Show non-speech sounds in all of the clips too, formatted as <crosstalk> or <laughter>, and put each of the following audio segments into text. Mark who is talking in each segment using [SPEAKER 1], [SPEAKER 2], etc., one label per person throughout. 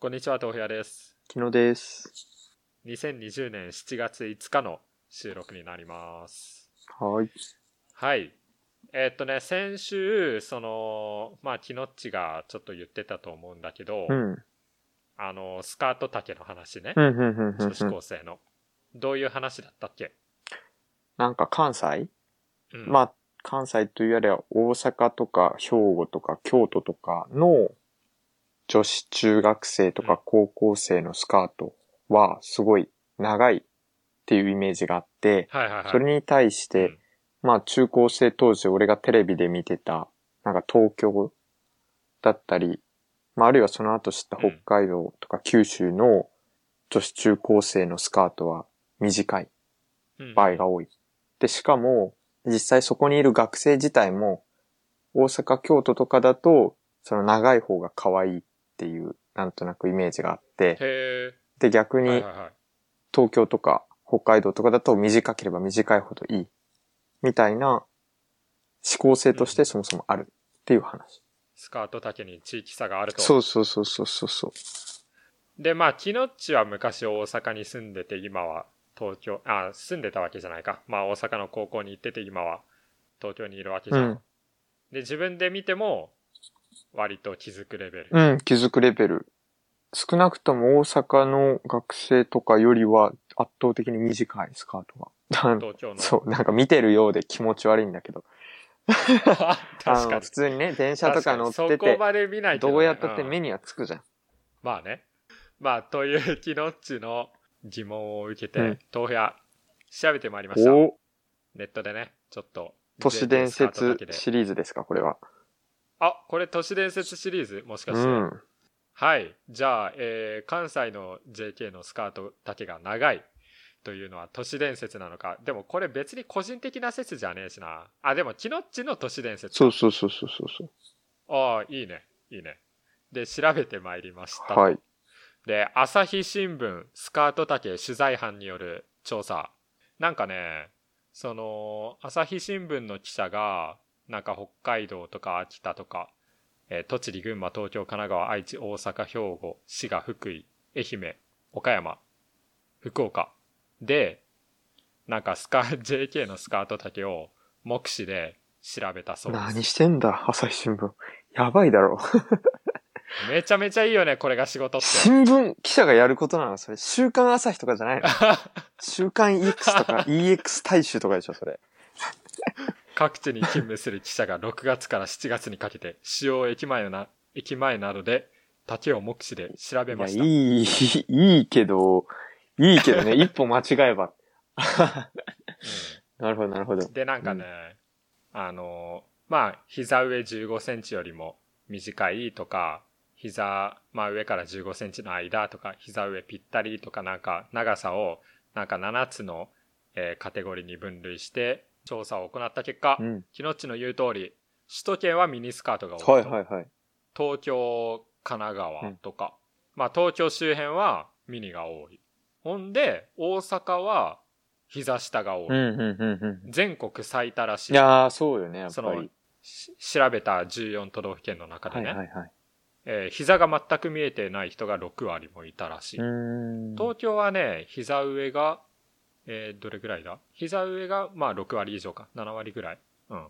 [SPEAKER 1] こんにちは、豆腐屋です。
[SPEAKER 2] 昨日です。
[SPEAKER 1] 2020年7月5日の収録になります。
[SPEAKER 2] はい。
[SPEAKER 1] はい。えーっとね、先週、その、まあ、きのっちがちょっと言ってたと思うんだけど、
[SPEAKER 2] うん。うん
[SPEAKER 1] あの、スカート丈の話ね、
[SPEAKER 2] うんうんうんう
[SPEAKER 1] 女子
[SPEAKER 2] ん。
[SPEAKER 1] 高生の。どういう話だったっけ、
[SPEAKER 2] なんか関西、
[SPEAKER 1] うん、
[SPEAKER 2] まあ、関西というよりは大阪とか兵庫とか京都とかの女子中学生と
[SPEAKER 1] うん
[SPEAKER 2] か高校生のスカートはすごい長いっていうイメージがあって、
[SPEAKER 1] はいはいはい。
[SPEAKER 2] それに対し
[SPEAKER 1] う
[SPEAKER 2] て
[SPEAKER 1] ん、
[SPEAKER 2] まあ中高生当時俺がテレビで見てた、なんか東京だったり、まああるいはその後知った北海道とか九州の女子中高生のスカートは短い
[SPEAKER 1] うん
[SPEAKER 2] 場合が多い。で、しかも実際そこにいる学生自体も大阪、京都とかだとその長い方が可愛いっていうなんとなくイメージがあって、
[SPEAKER 1] へ
[SPEAKER 2] で逆
[SPEAKER 1] え。はい
[SPEAKER 2] に
[SPEAKER 1] はいはい。
[SPEAKER 2] 東京とか北海道とかだと短ければ短いほどいい。みたいな思考性としてそもそもあるっていう話。
[SPEAKER 1] スカート丈に地域差があると。
[SPEAKER 2] そうそうそうそうそうそう。
[SPEAKER 1] でまあキノッチは昔大阪に住んでて今は東京あ住んでたわけじゃないかまあ大阪の高校に行ってて今は東京にいるわけじゃん、
[SPEAKER 2] うん
[SPEAKER 1] で自分で見ても割と気づくレベル、
[SPEAKER 2] うん、気づくレベル。少なくとも大阪の学生とかよりは圧倒的に短いスカー
[SPEAKER 1] <laughs>
[SPEAKER 2] トが。 <laughs>
[SPEAKER 1] 東京の
[SPEAKER 2] そう、なんか見てるようで気持ち悪いんだけど。
[SPEAKER 1] <laughs> 確か
[SPEAKER 2] あの
[SPEAKER 1] に
[SPEAKER 2] 普通にね、電車とか乗っ
[SPEAKER 1] 確
[SPEAKER 2] て
[SPEAKER 1] かに
[SPEAKER 2] て
[SPEAKER 1] そこ、まで見ないけどね、
[SPEAKER 2] どうやったって
[SPEAKER 1] ん
[SPEAKER 2] 目にはつくじゃん。
[SPEAKER 1] まあねまあというキノッチの疑問を受けて、
[SPEAKER 2] うん
[SPEAKER 1] 豆腐屋調べてまいりました
[SPEAKER 2] お
[SPEAKER 1] ネットでねちょっと
[SPEAKER 2] 都市伝
[SPEAKER 1] スカート
[SPEAKER 2] 説
[SPEAKER 1] 丈で
[SPEAKER 2] シリーズですか、これは。
[SPEAKER 1] あこれ都市伝説シリーズもしか
[SPEAKER 2] う
[SPEAKER 1] して、
[SPEAKER 2] ん。
[SPEAKER 1] はい。じゃあ、えー関西の JK のスカート丈が長いというのは都市伝説なのか。でもこれ別に個人的な説じゃねえしな。あ、でも、キノッチの都市伝説。
[SPEAKER 2] そうそうそうそうそうそう。
[SPEAKER 1] ああ、いいね。いいね。で、調べてまいりました。
[SPEAKER 2] はい。
[SPEAKER 1] で、朝日新聞スカート丈取材班による調査。なんかね、その、朝日新聞の記者が、なんか北海道とか秋田とか、えー栃木、群馬、東京、神奈川、愛知、大阪、兵庫、滋賀、福井、愛媛、岡山、福岡。で、なんかスカ、JK のスカート丈を目視で調べたそうです
[SPEAKER 2] 何。してんだ、朝日新聞。やばいだろ。
[SPEAKER 1] めちゃめちゃいいよね、これが仕事って。
[SPEAKER 2] 新聞記者がやることなのそれ。週刊朝日とかじゃないの週刊 EX とか
[SPEAKER 1] <laughs>
[SPEAKER 2] EX 大衆とかでしょ、それ。
[SPEAKER 1] 各地に勤務する記者が6月から7月にかけて主要駅前な駅前などで竹を目視で調べ
[SPEAKER 2] いや、
[SPEAKER 1] ま
[SPEAKER 2] い
[SPEAKER 1] した
[SPEAKER 2] い、いいけど、いいけどね、一歩間違えば。 <laughs> なるほど、なるほど
[SPEAKER 1] うん。でなんかね、あのまあ膝上1 5センチよりも短いとか膝、まあ、上から1 5センチの間とか膝上ぴったりとかなんか長さをなんか7つの、えーカテゴリーに分類して調査を行った結果、
[SPEAKER 2] うん。
[SPEAKER 1] 木のっちの言う通り首都圏はミニスカートが多いと、
[SPEAKER 2] はいはいはい。
[SPEAKER 1] 東京、神奈川とか、まあ東京周辺はミニが多い。ほんで、大阪は膝下が多い。
[SPEAKER 2] うん、うん、うん、うん。
[SPEAKER 1] 全国最多らしい。
[SPEAKER 2] いやー、そうよね、やっぱ
[SPEAKER 1] そ
[SPEAKER 2] り。は
[SPEAKER 1] の
[SPEAKER 2] い、
[SPEAKER 1] し調べた14都道府県の中でね、
[SPEAKER 2] はいはい。
[SPEAKER 1] えー膝が全く見えてない人が6割もいたらしい。
[SPEAKER 2] うーん。
[SPEAKER 1] 東京はね、膝上が、えーどれぐらいだ膝上が、まあ6割以上か。7割ぐらい。うん。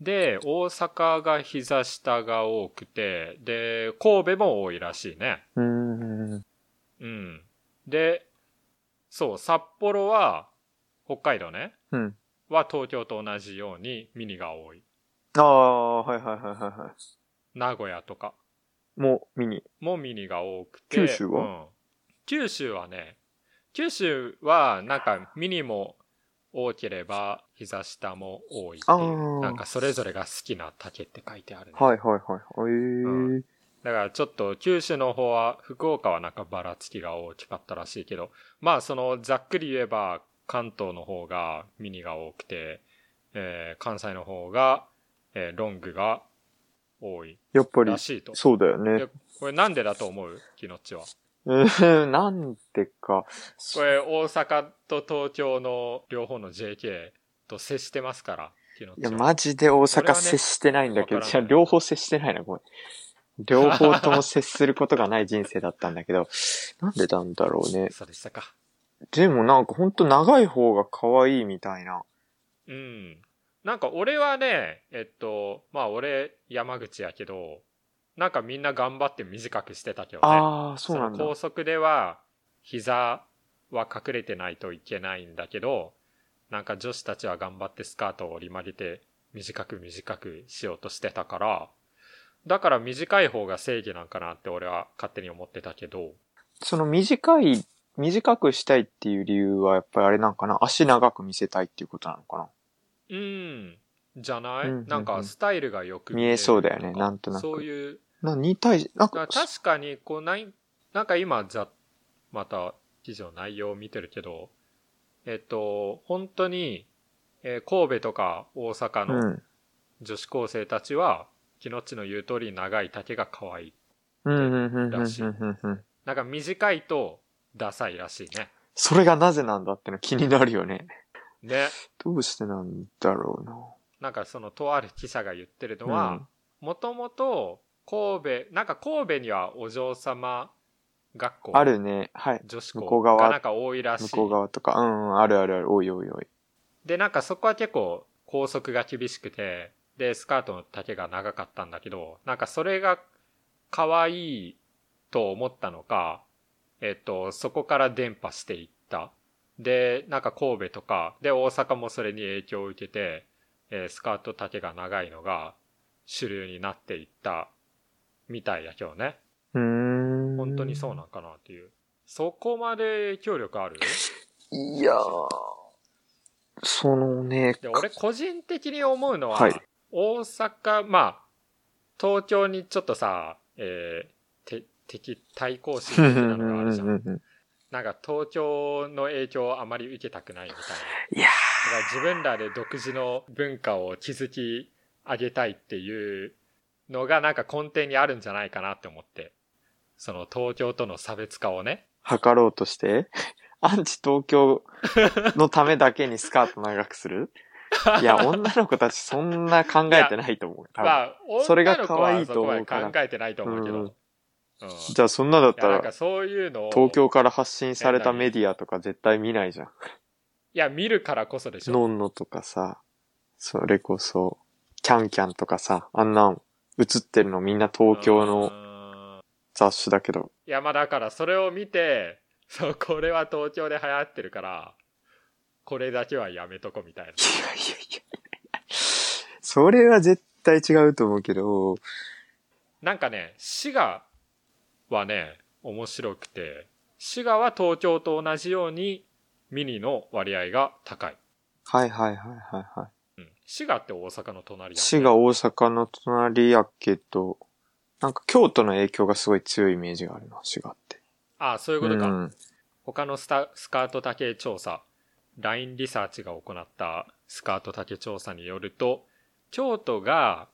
[SPEAKER 1] で、大阪が膝下が多くて、で、神戸も多いらしいね。
[SPEAKER 2] うーん。
[SPEAKER 1] うん。で、そう、札幌は、北海道ね、
[SPEAKER 2] うん。
[SPEAKER 1] は東京と同じようにミニが多い。
[SPEAKER 2] あー、はいはいはいはいは
[SPEAKER 1] 名古屋とか
[SPEAKER 2] い。もう、見に。
[SPEAKER 1] もミニが多くて。
[SPEAKER 2] 九州は
[SPEAKER 1] うん、九州はね、九州はなんかミニも多ければ膝下も多いってい
[SPEAKER 2] あ
[SPEAKER 1] う。
[SPEAKER 2] ー
[SPEAKER 1] なんかそれぞれが好きな竹って書いてあるね。
[SPEAKER 2] はいはいはい。えー。
[SPEAKER 1] うだからちょっと九州の方は福岡はなんかばらつきが大きかったらしいけどまあそのざっくり言えば関東の方がミニが多くて、えー関西の方が、えーロングが多い
[SPEAKER 2] やっぱり
[SPEAKER 1] ら、しいと
[SPEAKER 2] そうだよね
[SPEAKER 1] で。これなんでだと思うキノッチは
[SPEAKER 2] うーんなんでか。
[SPEAKER 1] これ大阪と東京の両方の JK と接してますからキノッ
[SPEAKER 2] いや、
[SPEAKER 1] チは
[SPEAKER 2] マジで大
[SPEAKER 1] それ
[SPEAKER 2] 阪
[SPEAKER 1] はね
[SPEAKER 2] 接してないんだけど、
[SPEAKER 1] わか
[SPEAKER 2] い
[SPEAKER 1] ら
[SPEAKER 2] や、
[SPEAKER 1] ん
[SPEAKER 2] 両方接してないな、ごめん。両方とも接することがない人生だったんだけど、 <laughs> なんでなんだろうね。
[SPEAKER 1] そうでしたか。
[SPEAKER 2] でもなんかほんと長い方が可愛いみたいな。
[SPEAKER 1] うん。なんか俺はね、えっと、まあ俺山口やけど、なんかみんな頑張って短くしてたけどね。
[SPEAKER 2] ああ、そうなんだ
[SPEAKER 1] の。高速では膝は隠れてないといけないんだけど、なんか女子たちは頑張ってスカートを折り曲げて短く短くしようとしてたから、だから短い方が正義なんかなって俺は勝手に思ってたけど、
[SPEAKER 2] その短い、短くしたいっていう理由はやっぱりあれなんかな足長く見せたいっていうことなのかな
[SPEAKER 1] うん、じゃない、
[SPEAKER 2] うんうんうん
[SPEAKER 1] なんかスタイルがよく
[SPEAKER 2] 見えそうだよね
[SPEAKER 1] か
[SPEAKER 2] なんとなく
[SPEAKER 1] そういう
[SPEAKER 2] な、2対、な
[SPEAKER 1] だ
[SPEAKER 2] んか、
[SPEAKER 1] から確かにこうないなんか今ざまた記事の内容を見てるけどえっと本当に、えー神戸とか大阪
[SPEAKER 2] う
[SPEAKER 1] の
[SPEAKER 2] ん。
[SPEAKER 1] 女子高生たちは、キノッチの言う通り長い丈が可愛い
[SPEAKER 2] うん、うん、うん、うん、うん
[SPEAKER 1] らしい
[SPEAKER 2] うん、うん。
[SPEAKER 1] なんか短いとダサいらしいね
[SPEAKER 2] それがなぜなんだっての気になるよね。
[SPEAKER 1] ね
[SPEAKER 2] どうしてなんだろうな。
[SPEAKER 1] なんかそのとある記者が言ってるのはもともと神戸なんか神戸にはお嬢様学校
[SPEAKER 2] あるね。はい。
[SPEAKER 1] 女子
[SPEAKER 2] 向こ
[SPEAKER 1] 校
[SPEAKER 2] う側
[SPEAKER 1] がなんか多いらしい
[SPEAKER 2] 向こう側とか。うん、うんあるあるある。おいおいおい。
[SPEAKER 1] で、なんかそこは結構拘束が厳しくて、で、スカートの丈が長かったんだけど、なんかそれが可愛いと思ったのか、えっと、そこから伝播していった。で、なんか神戸とか、で、大阪もそれに影響を受けて、えースカート丈が長いのが主流になっていったみたいやけどね。
[SPEAKER 2] うーん。
[SPEAKER 1] 本当にそうなんかなっていう。そこまで影響力ある
[SPEAKER 2] いやー、そのね、
[SPEAKER 1] で俺個人的に思うのは、
[SPEAKER 2] はい
[SPEAKER 1] 大阪まあ東京にちょっとさ、えーて敵対抗心みたいなのがあるじゃ
[SPEAKER 2] うん
[SPEAKER 1] ん
[SPEAKER 2] うんうんうん
[SPEAKER 1] なんか東京の影響をあまり受けたくないみたいない
[SPEAKER 2] や
[SPEAKER 1] だから自分らで独自の文化を築き上げたいっていうのがなんか根底にあるんじゃないかなって思ってその東京との差別化をね
[SPEAKER 2] ー、測ろうとして <laughs> アンチ東京のためだけにスカート長くす
[SPEAKER 1] <laughs>
[SPEAKER 2] るいや、女の子たちそんな考えてないと思う。多分
[SPEAKER 1] まあ
[SPEAKER 2] それ
[SPEAKER 1] 女
[SPEAKER 2] が
[SPEAKER 1] の子
[SPEAKER 2] 可愛
[SPEAKER 1] はいそ
[SPEAKER 2] と
[SPEAKER 1] こ
[SPEAKER 2] 思
[SPEAKER 1] ま
[SPEAKER 2] う
[SPEAKER 1] で
[SPEAKER 2] か
[SPEAKER 1] 考
[SPEAKER 2] ら
[SPEAKER 1] えてないと思うけど、
[SPEAKER 2] うん
[SPEAKER 1] うん
[SPEAKER 2] じゃあそんなだっ
[SPEAKER 1] い
[SPEAKER 2] た、
[SPEAKER 1] やなんからそういうのを
[SPEAKER 2] 東京から発信されたメディアとか絶対見ないじゃん。
[SPEAKER 1] いや、見るからこそでしょ。
[SPEAKER 2] のんのとかさ、それこそ、キャンキャンとかさ、あんなん映ってるのみんな東京
[SPEAKER 1] う
[SPEAKER 2] の
[SPEAKER 1] ーん。
[SPEAKER 2] 雑誌だけど、
[SPEAKER 1] いや、まあだからそれを見て、 <laughs> そう、これは東京で流行ってるから、これだけはやめとこみたいな。
[SPEAKER 2] いやいやいや。それは絶対違うと思うけど、
[SPEAKER 1] なんかね、滋賀はね、面白くて、滋賀は東京と同じようにミニの割合が高い。
[SPEAKER 2] はいはいはいはいは
[SPEAKER 1] うん。滋賀って大阪の隣
[SPEAKER 2] い。
[SPEAKER 1] やんね
[SPEAKER 2] 滋賀、大阪の隣やけど、なんか京都の影響がすごい強いイメージがあるな、滋賀って。
[SPEAKER 1] ああ、そういう
[SPEAKER 2] う
[SPEAKER 1] ことか。
[SPEAKER 2] ん。
[SPEAKER 1] 他のスタスカート丈調査 LINE リサーチが行ったスカート丈調査によると京都が、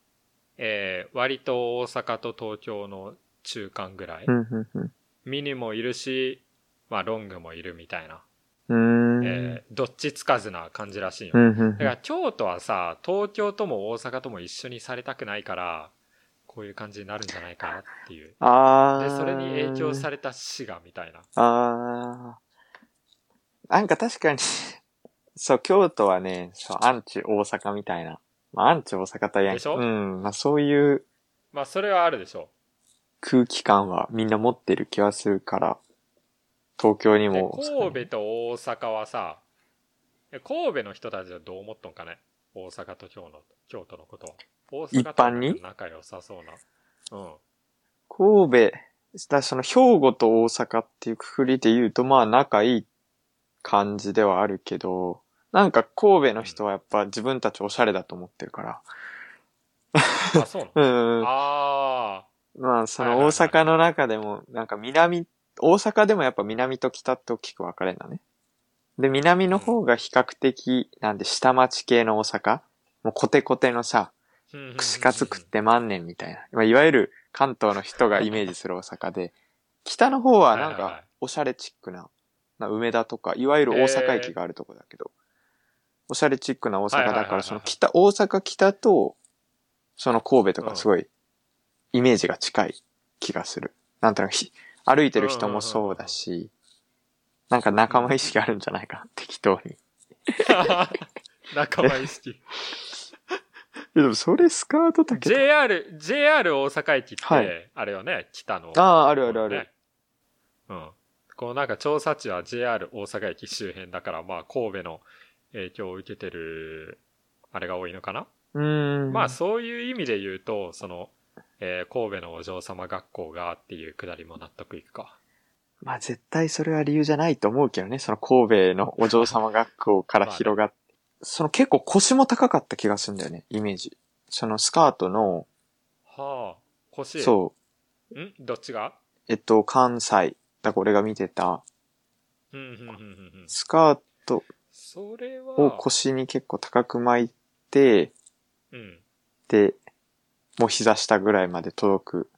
[SPEAKER 1] えー割と大阪と東京の中間ぐらい、
[SPEAKER 2] うん、うん、
[SPEAKER 1] ミニもいるし、まあ、ロングもいるみたいな、
[SPEAKER 2] うん。うーん。
[SPEAKER 1] えーどっちつかずな感じらしいよ、
[SPEAKER 2] うん、うん
[SPEAKER 1] だから京都はさ東京とも大阪とも一緒にされたくないからこういう感じになるんじゃないかなっていう
[SPEAKER 2] うん。あ
[SPEAKER 1] で
[SPEAKER 2] ー。
[SPEAKER 1] それに影響された滋賀みたいな
[SPEAKER 2] あー。なんか確かに、 <laughs> そう、京都はね、そう、アンチ大阪みたいな。まあ、アンチ大阪とは言えん
[SPEAKER 1] でしょ
[SPEAKER 2] うん。まあ、そういう
[SPEAKER 1] まあそれはあるでしょう
[SPEAKER 2] 空気感はみんな持ってる気はするから、東京に
[SPEAKER 1] で
[SPEAKER 2] も。
[SPEAKER 1] 神戸と大阪はさえ神戸の人たちはどう思っとんかね大阪と京の京都のことは大阪とは
[SPEAKER 2] 一般に
[SPEAKER 1] 仲良さそうなうん
[SPEAKER 2] 神戸、だその兵庫と大阪っていうくくりで言うと、まあ仲いい感じではあるけど、なんか神戸の人はやっぱ自分たちおしゃれだと思ってるから。
[SPEAKER 1] あそうなの
[SPEAKER 2] <laughs> うんうん。
[SPEAKER 1] あ
[SPEAKER 2] まあそ
[SPEAKER 1] はい
[SPEAKER 2] の
[SPEAKER 1] はいはい
[SPEAKER 2] 大阪の中でも、なんか南、大阪でもやっぱ南と北って大きく分かれるんだね。で、南の方が比較的、なんで下町系の大阪もうコテコテのさ、
[SPEAKER 1] あ
[SPEAKER 2] 串カツ食ってまんねんみたいな。まあ、いわゆる関東の人がイメージする大阪で、北の方はな
[SPEAKER 1] はい
[SPEAKER 2] ん
[SPEAKER 1] はいはい
[SPEAKER 2] かおしゃれチックな、な梅田とか、いわゆる大阪駅があるとこだけど、おしゃれチックな大阪
[SPEAKER 1] はいはい
[SPEAKER 2] だ
[SPEAKER 1] はい
[SPEAKER 2] か
[SPEAKER 1] はい
[SPEAKER 2] ら、その北、大阪北と、その神戸とかすごいイメージが近い気がする。なんとなくひ、歩いてる人もそうだし、なんか仲間意識あるんじゃないかな、適当に。
[SPEAKER 1] <laughs> 仲間意
[SPEAKER 2] <laughs>
[SPEAKER 1] 識。
[SPEAKER 2] でもそれスカート丈と
[SPEAKER 1] JR、JR 大阪駅って、
[SPEAKER 2] はい
[SPEAKER 1] あれよね、北の。
[SPEAKER 2] ああ、あるあるある
[SPEAKER 1] ね。。うん。このなんか調査地は JR 大阪駅周辺だから、まあ神戸の影響を受けてる、あれが多いのかな、
[SPEAKER 2] うーん。
[SPEAKER 1] まあそういう意味で言うと、その、えー神戸のお嬢様学校がっていうくだりも納得いくか。
[SPEAKER 2] まあ絶対それは理由じゃないと思うけどね、その神戸のお嬢様学校から広がって、その結構腰も高かった気がするんだよね、イメージ。そのスカートの、
[SPEAKER 1] はあ、腰。。
[SPEAKER 2] そう
[SPEAKER 1] んどっちが
[SPEAKER 2] う、えっと、関西、だから俺が見てた、
[SPEAKER 1] うん、うん、うん、うんうん。
[SPEAKER 2] スカート
[SPEAKER 1] それは、
[SPEAKER 2] を腰に結構高く巻いて、
[SPEAKER 1] うん。
[SPEAKER 2] で、もう膝下ぐらいまで届く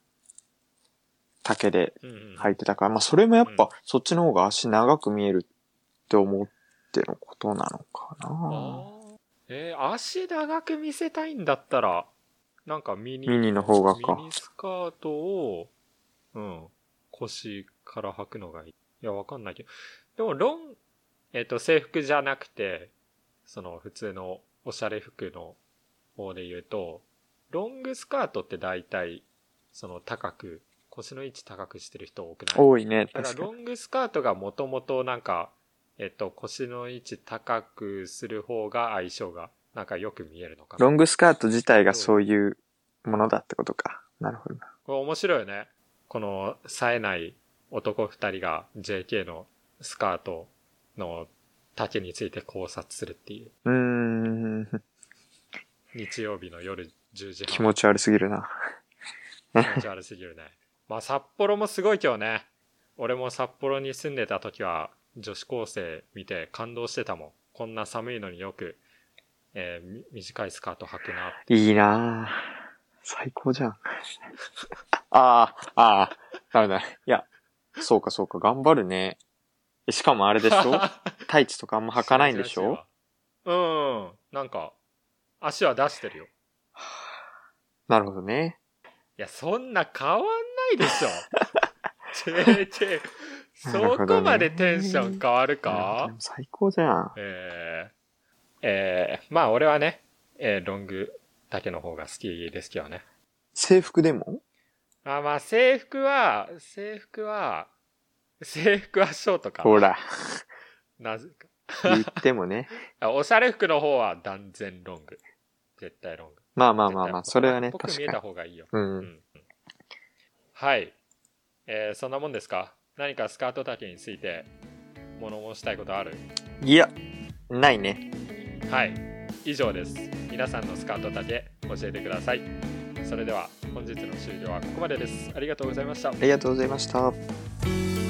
[SPEAKER 2] 丈で
[SPEAKER 1] うんうん、
[SPEAKER 2] 履いてたから、まあそれもやっ
[SPEAKER 1] う
[SPEAKER 2] ぱそっちの方が足長く見えるって思ってのことなのか
[SPEAKER 1] あ
[SPEAKER 2] な。
[SPEAKER 1] ーえー足長く見せたいんだったら、なんかミニ、
[SPEAKER 2] ミニの方がか
[SPEAKER 1] ミニスカートを、うん、腰から履くのがいい。いや、わかんないけど。でも、ロン、えっ、と、制服じゃなくて、その、普通のおしゃれ服の方で言うと、ロングスカートって大体、その、高く、腰の位置高くしてる人多くない
[SPEAKER 2] 多いね、
[SPEAKER 1] だから
[SPEAKER 2] 確かに
[SPEAKER 1] ロ。ングスカートがもともとなんか、えっと、腰の位置高くする方が相性がなんかよく見えるのかな。
[SPEAKER 2] ロングスカート自体がそういうものだってことか。なるほどな。
[SPEAKER 1] これ面白いよね。この冴えない男二人が JK のスカートの丈について考察するっていう。
[SPEAKER 2] うーん、
[SPEAKER 1] 日曜日の夜10時半。
[SPEAKER 2] 気持ち悪すぎるな。
[SPEAKER 1] 気持ち悪すぎるね。まあ札幌もすごいけどね。俺も札幌に住んでた時は女子高生見て感動してたもん。こんな寒いのによく、えーみ短いスカート履くな。
[SPEAKER 2] いいなぁ最高じゃん。 <laughs> ああ、ああ、ダメだ。いや、そうかそうか、頑張るね。えしかもあれで
[SPEAKER 1] <laughs>
[SPEAKER 2] し <laughs> ょタイツとかあんま履かないんでしょ
[SPEAKER 1] うん。なんか、足は出してるよ。
[SPEAKER 2] なるほどね。
[SPEAKER 1] いや、そんな変わんないでしょ。JK、そこまでテンション変わる
[SPEAKER 2] なるほ
[SPEAKER 1] か
[SPEAKER 2] ど最高じゃん。
[SPEAKER 1] えー、えー、まあ俺はね、えーロング丈の方が好きですけどね。
[SPEAKER 2] 制服でも
[SPEAKER 1] あまあ制服は、制服は、制服はショートか。
[SPEAKER 2] ほら、
[SPEAKER 1] なぜか
[SPEAKER 2] 言ってもね。
[SPEAKER 1] あ。おしゃれ服の方は断然ロング。絶対ロング。
[SPEAKER 2] まあま <laughs> あまあまあ、それはね、
[SPEAKER 1] 僕
[SPEAKER 2] 確
[SPEAKER 1] 見え
[SPEAKER 2] か
[SPEAKER 1] た
[SPEAKER 2] に。
[SPEAKER 1] 方がいいよ。
[SPEAKER 2] う。
[SPEAKER 1] うんん。はい。えーそんなもんですか何かスカート丈について物申したいことある
[SPEAKER 2] いや、ないね。
[SPEAKER 1] はい、以上です。皆さんのスカート丈教えてください。それでは本日の終了はここまでです。ありがとうございました。
[SPEAKER 2] ありがとうございました。